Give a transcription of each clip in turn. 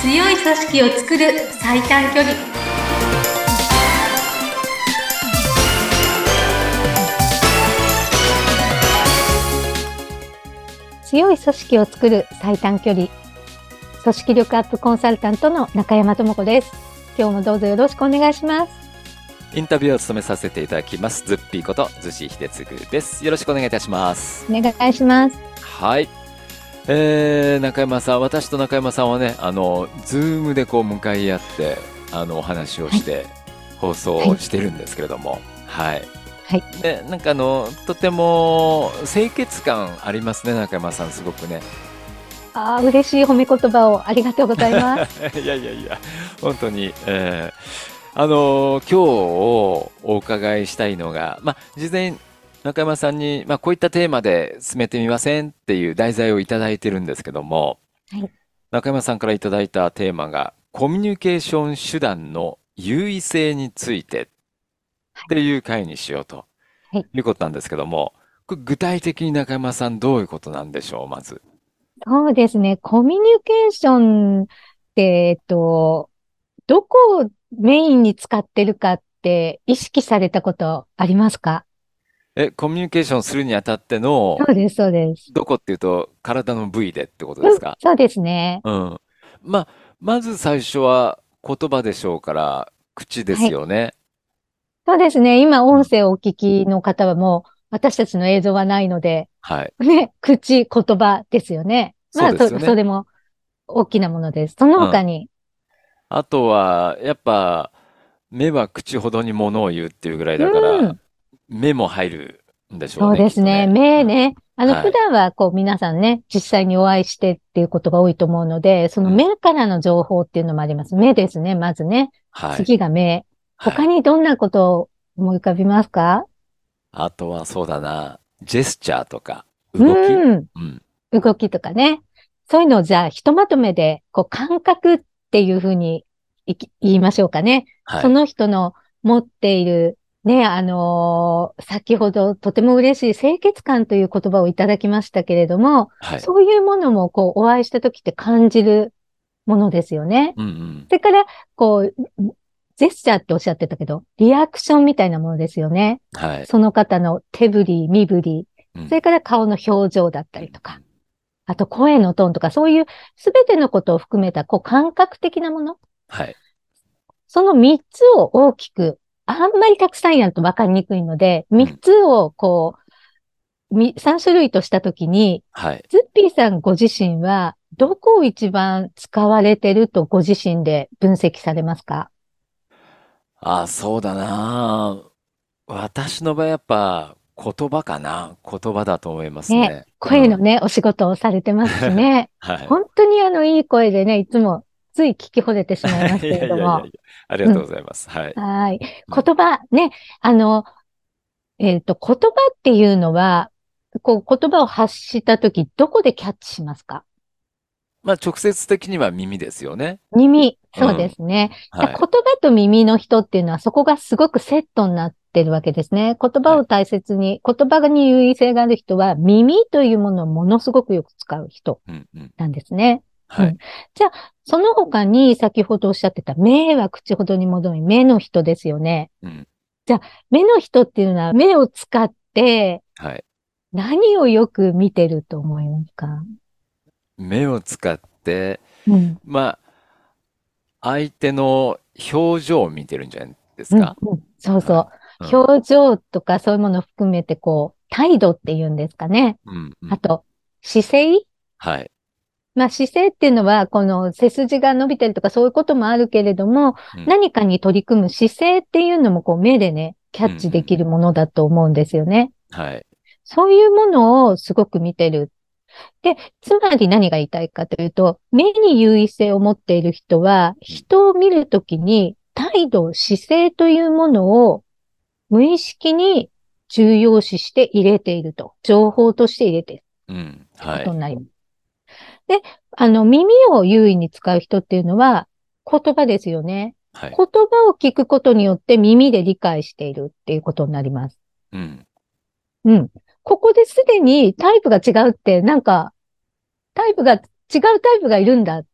組織を作る最短距離強い組織を作る最短距離組織力アップコンサルタントの中山智子です今日もどうぞよろしくお願いしますインタビューを務めさせていただきますズッピーこと逗子秀次ですよろしくお願いいたしますお願いしますはいえー、中山さん私と中山さんはねあのズームでこう向かい合ってあのお話をして、放送をしてるんですけれどもはい、はいでなんかあのとても清潔感ありますね中山さんすごくねあー嬉しい褒め言葉をありがとうございます いやいやいや本当に、えーあの今日お伺いしたいのが、まあ、事前に中山さんに、まあ、こういったテーマで進めてみませんっていう題材をいただいてるんですけども、はい中山さんからいただいたテーマがコミュニケーション手段の優位性についてっていう回にしようと、はいい、うことなんですけども、これ具体的に中山さんどういうことなんでしょう、まず。そうですねコミュニケーションってえっとどこをメインに使ってるかって意識されたことありますかえ、コミュニケーションするにあたっての、そうですそうですどこっていうと、体の部位でってことですかそうですねうん。まあ、まず最初は言葉でしょうから、口ですよね。そうですね。今、音声をお聞きの方はもう、私たちの映像はないので、はい。ね、口、言葉ですよね。まあ、そうですよねそれも大きなものです。その他に、あとは、やっぱ、目は口ほどにものを言うっていうぐらいだかうらん、目も入るんでしょそううね、ですね。きっと目。ね。あの、はい普段はこう、皆さんね、実際にお会いしてっていうことが多いと思うので、その目からの情報っていうのもあります。目ですね、まずね。はい。次が目。はい他にどんなことを思い浮かびますかあとは、そうだな、ジェスチャーとか、動き。うん。うん。動きとかね。そういうのをじゃあ、ひとまとめで、こう、感覚っていうふうにいき言いましょうかね。はいその人の持っている、ね、あのー先ほどとても嬉しい清潔感という言葉をいただきましたけれども、はい。そういうものも、こう、お会いした時って感じるものですよね。うんうん。それから、こう、ジェスチャーっておっしゃってたけど、リアクションみたいなものですよね。はい。その方の手振り、身振りうん、それから顔の表情だったりとか。あと声のトーンとか、そういうすべてのことを含めた、こう感覚的なもの。はい。その3つを大きく、あんまりたくさんやると分かりにくいので、ん3つをこう、3種類としたときに、はい。ズッピーさんご自身は、どこを一番使われてるとご自身で分析されますかあ、そうだな。私の場合やっぱ言葉かな。言葉だと思いますねね。声のうんね、お仕事をされてますし ね。はい。本当にあの、いい声でね、いつもつい聞き惚れてしまいますけいやいれやどいやもいや。ありがとうございます。はい。はい。言葉ね、あの、えっと、言葉っていうのは、こう、言葉を発したとき、どこでキャッチしますかまあ直接的には耳ですよね。耳。そうですね。はい。言葉と耳の人っていうのは、そこがすごくセットになってるわけですね。言葉を大切に、言葉に優位性がある人は、耳というものをものすごくよく使う人うんうん。なんですね。はい。うんその他に、先ほどおっしゃってた、目は口ほどに戻り、目の人ですよね。うんじゃあ、目の人っていうのは、目を使って、はい。何をよく見てると思いますか、目を使って、うん、まあ、相手の表情を見てるんじゃないですか。うんうんそうそうう。ん表情とかそういうものを含めて、こう、態度っていうんですかね。うんうんあと、姿勢はい。まあ、姿勢っていうのは、この背筋が伸びてるとかそういうこともあるけれども、うん何かに取り組む姿勢っていうのも、こう、目でね、キャッチできるものだと思うんですよね。はい。そういうものをすごく見てる。で、つまり何が言いたいかというと、目に優位性を持っている人は、人を見るときに態度、姿勢というものを無意識に重要視して入れていると。情報として入れているうん。こはとい。になります。で、あの、耳を優位に使う人っていうのは、言葉ですよね。は言い。葉を聞くことによって耳で理解しているっていうことになります。うん。うん。ここですでにタイプが違うって、なんか、タイプが、違うタイプがいるんだっ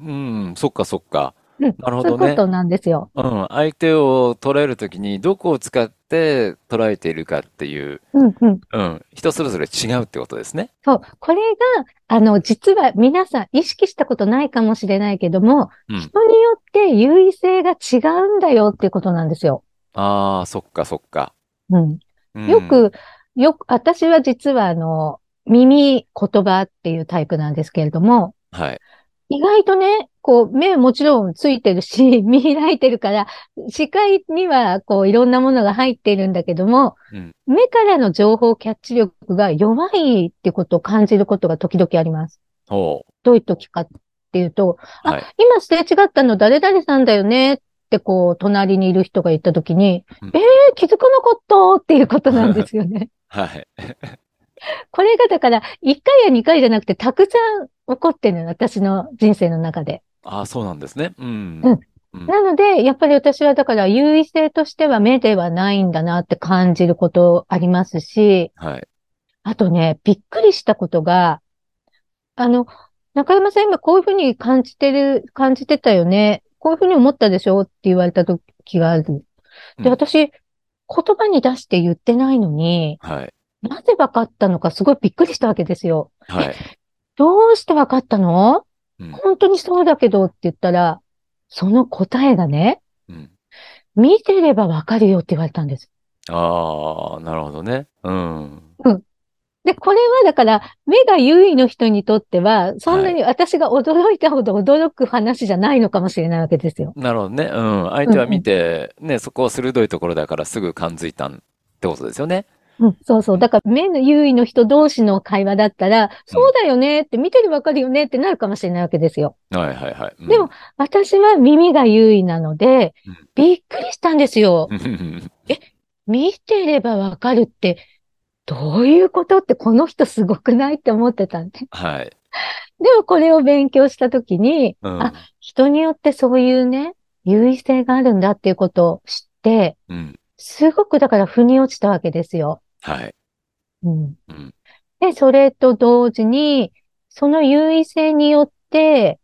うん、そっかそっか。うんなるほそういどうこね。となんですよ。うん、相手を捉えるときに、どこを使って捉えているかっていう、うんうん。うん、人それぞれ違うってことですね。そう。これが、あの、実は皆さん意識したことないかもしれないけども、うん。人によって優位性が違うんだよっていうことなんですよ。ああ、そっかそっか。うん。うんよ、く、よく、私は実はあの、耳、言葉っていうタイプなんですけれども、はい。意外とね、こう、目もちろんついてるし、 見開いてるから、視界にはこう、いろんなものが入っているんだけども、うん目からの情報キャッチ力が弱いってことを感じることが時々あります。ほう。どういう時かっていうと、あ、はい今すれ違ったの誰々さんだよねってこう、隣にいる人が言った時に、うんえー、気づかなかったっていうことなんですよね。はい。これがだから、1回や2回じゃなくて、たくさん起こってるのよ、私の人生の中で。ああ、そうなんですね。うん。うんうんなので、やっぱり私はだから、優位性としては目ではないんだなって感じることありますし、はい。あとね、びっくりしたことが、あの、中山さん今こういうふうに感じてる、感じてたよね。こういうふうに思ったでしょって言われた時がある。うで、ん私、言葉に出して言ってないのに、はい。なぜ分かったのかすごいびっくりしたわけですよ。はい。どうしてわかったのうん本当にそうだけどって言ったら、その答えがね、うん。見てればわかるよって言われたんです。ああ、なるほどね。うん。で、これはだから、目が優位の人にとっては、そんなに私が驚いたほど驚く話じゃないのかもしれないわけですよ。なるほどね。うん。相手は見て、ね、そこは鋭いところだからすぐ感づいたんってことですよね。うん、そうそう。だから、目の優位の人同士の会話だったら、そうだよねって、見てればわかるよねってなるかもしれないわけですよ。はいはいはい。うんでも、私は耳が優位なのでうん、びっくりしたんですよ。うん見てればわかるって、どういうことってこの人すごくないって思ってたんで。 はい。でもこれを勉強したときに、うん。あ人によってそういうね、優位性があるんだっていうことを知って、うん。すごくだから腑に落ちたわけですよ。はい。うんうん。で、それと同時に、その優位性によって、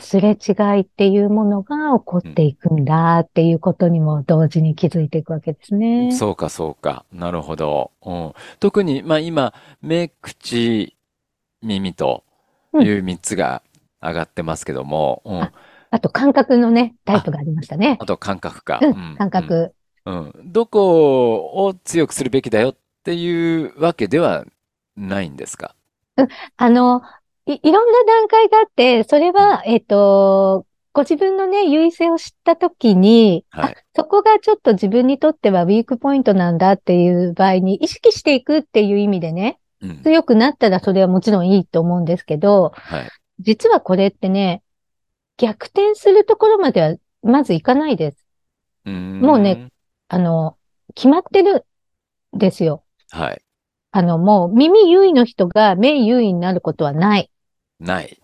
すれ違いっていうものが起こっていくんだっていうことにも同時に気づいていくわけですね。そうか、そうか。なるほど。うん、特に、まあ今、目、口、耳という3つが上がってますけども、うん、ああと感覚のね、タイプがありましたね。と感覚か。ううんん、感覚。うん。うんどこを強くするべきだよっていうわけではないんですかあの、い、いろんな段階があって、それは、えっと、ご自分のね、優位性を知ったときに、はいあ、そこがちょっと自分にとってはウィークポイントなんだっていう場合に、意識していくっていう意味でね、うん。強くなったらそれはもちろんいいと思うんですけど、はい。実はこれってね、逆転するところまではまずいかないです。うーん。もうね。あの、決まってるんですよ。はい。あの、もう耳優位の人が目優位になることはない。ない。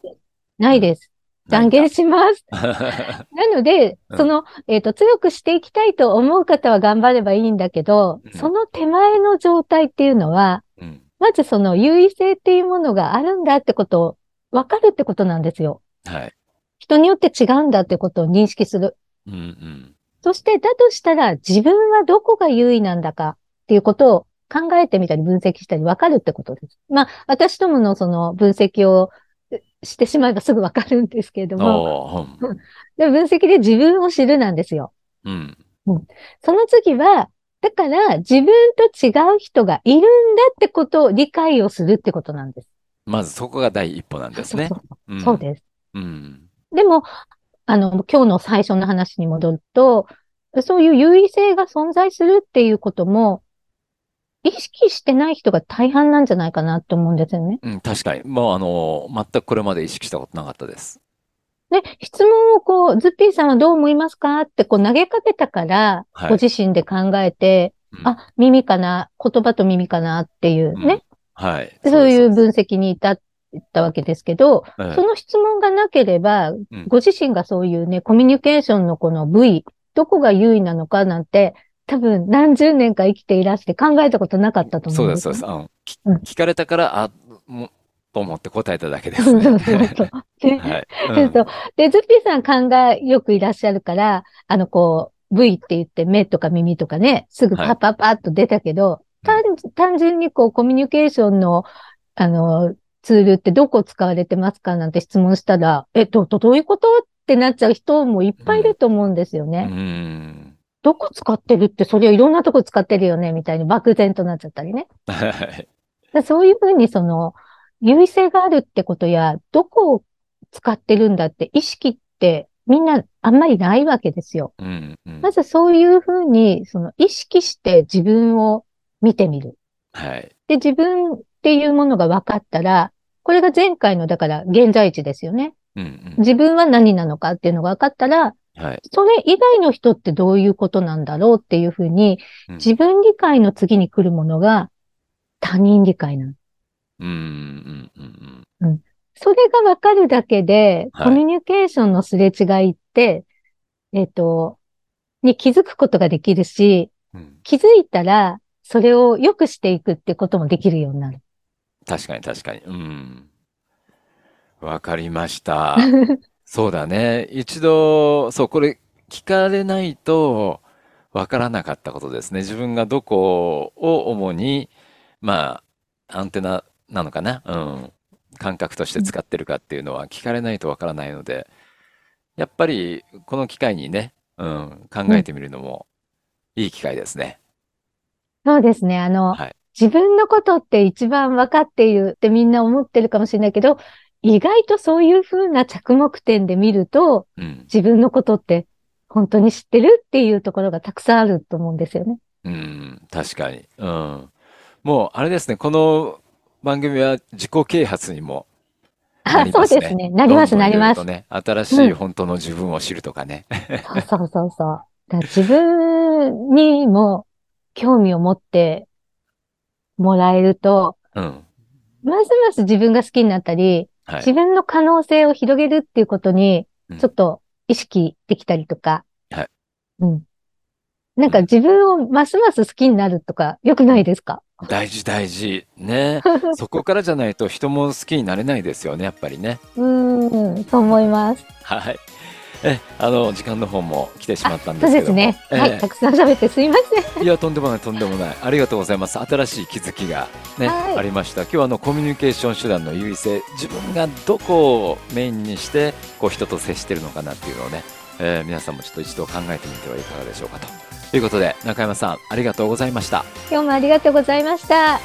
ないです。ない断んだ言します。はなので、うんその、えっ、と、強くしていきたいと思う方は頑張ればいいんだけど、うんその手前の状態っていうのは、 うん。まずその優位性っていうものがあるんだってことを分かるってことなんですよ。はい。人によって違うんだってことを認識する。うんうん。そして、だとしたら自分はどこが優位なんだかっていうことを考えてみたり分析したり分かるってことです。まあ、私どものその分析をえしてしまえばすぐ分かるんですけれども、おーで分析で自分を知るなんですよ。うん。うん。その次は、だから自分と違う人がいるんだってことを理解をするってことなんです。まずそこが第一歩なんですねそう。そうう。そうんそうです。うん。でも、あの、今日の最初の話に戻ると、そういう優位性が存在するっていうことも、意識してない人が大半なんじゃないかなって思うんですよね。うん、確かに。もう、あの、全くこれまで意識したことなかったです。で、質問をこう、ズッピーさんはどう思いますかってこう投げかけたから、はいご自身で考えて、うんあ、耳かな、言葉と耳かなっていうね、はい。でそういう分析に至ったわけですけど、そうです。その質問がなければ、ご自身がそういうね、コミュニケーションのこの部位、どこが優位なのかなんて、多分何十年か生きていらして考えたことなかったうとん思そううんで、ですすそうよ。です。あのうんき聞かれたから、あ、もと思って答えただけでそすうね。 そうそうそう。で はい。そううんそう。で、ズッピーさん勘がよくいらっしゃるから、あの、こう、V って言って目とか耳とかね、すぐはいパパパッと出たけど、単単純にこう、コミュニケーションの、あの、ツールってどこ使われてますかなんて質問したら、え、ど、どどういうことってなっちゃう人もいっぱいいると思うんですよね。うん。どこ使ってるって、それはいろんなとこ使ってるよね、みたいに漠然となっちゃったりね。はい。だからそういうふうにその、優位性があるってことや、どこを使ってるんだって意識ってみんなあんまりないわけですよ。うん。うんまずそういうふうに、その意識して自分を見てみる。はい。で、自分っていうものが分かったら、これが前回の、だから現在地ですよね。うん。自分は何なのかっていうのが分かったら、うん。はい。それ以外の人ってどういうことなんだろうっていうふうに、うん自分理解の次に来るものが他人理解なの。うん。うん。うん。それがわかるだけで、はいコミュニケーションのすれ違いって、えっ、と、に気づくことができるし、うん。気づいたら、それを良くしていくってこともできるようになる。確かに確かに。うん。わかりました。そうだね。一度、そう、これ聞かれないとわからなかったことですね。自分がどこを主に、まあ、アンテナなのかな。うん。感覚として使ってるかっていうのは聞かれないとわからないので、やっぱりこの機会にね、うん、考えてみるのもいい機会ですね。そうですね。あの、はい自分のことって一番分かっているってみんな思ってるかもしれないけど、意外とそういうふうな着目点で見ると、うん。自分のことって本当に知ってるっていうところがたくさんあると思うんですよね。うん、確かに。うん。もう、あれですね、この番組は自己啓発にもなあ、りそまうすですね。ね。なります、どんどなんりいろいろますと。ね、新しい本当の自分を知るとかね。そうそうそうそう。だから自分にも興味を持ってもらえると、うん。ますます自分が好きになったり、はい。自分の可能性を広げるっていうことにうん、ちょっと意識できたりとか。はいうん。なんか自分をますます好きになるとか、良くないですか大事、大事。ね。そこからじゃないと人も好きになれないですよね、やっぱりね。 うーん、と思います。はい。え、あの、時間の方も来てしまったんそでうすでけすども。ね。はえい。たくさん喋ってすいません。えいや、とんでもない、とんでもない。ありがとうございます。新しい気づきがね、はいありました。今日はあのコミュニケーション手段の優位性、自分がどこをメインにして、こう人と接してるのかなっていうのをね、えー皆さんもちょっと一度考えてみてはいかがでしょうかと。いうことで、中山さん、ありがとうございました。今日もありがとうございました。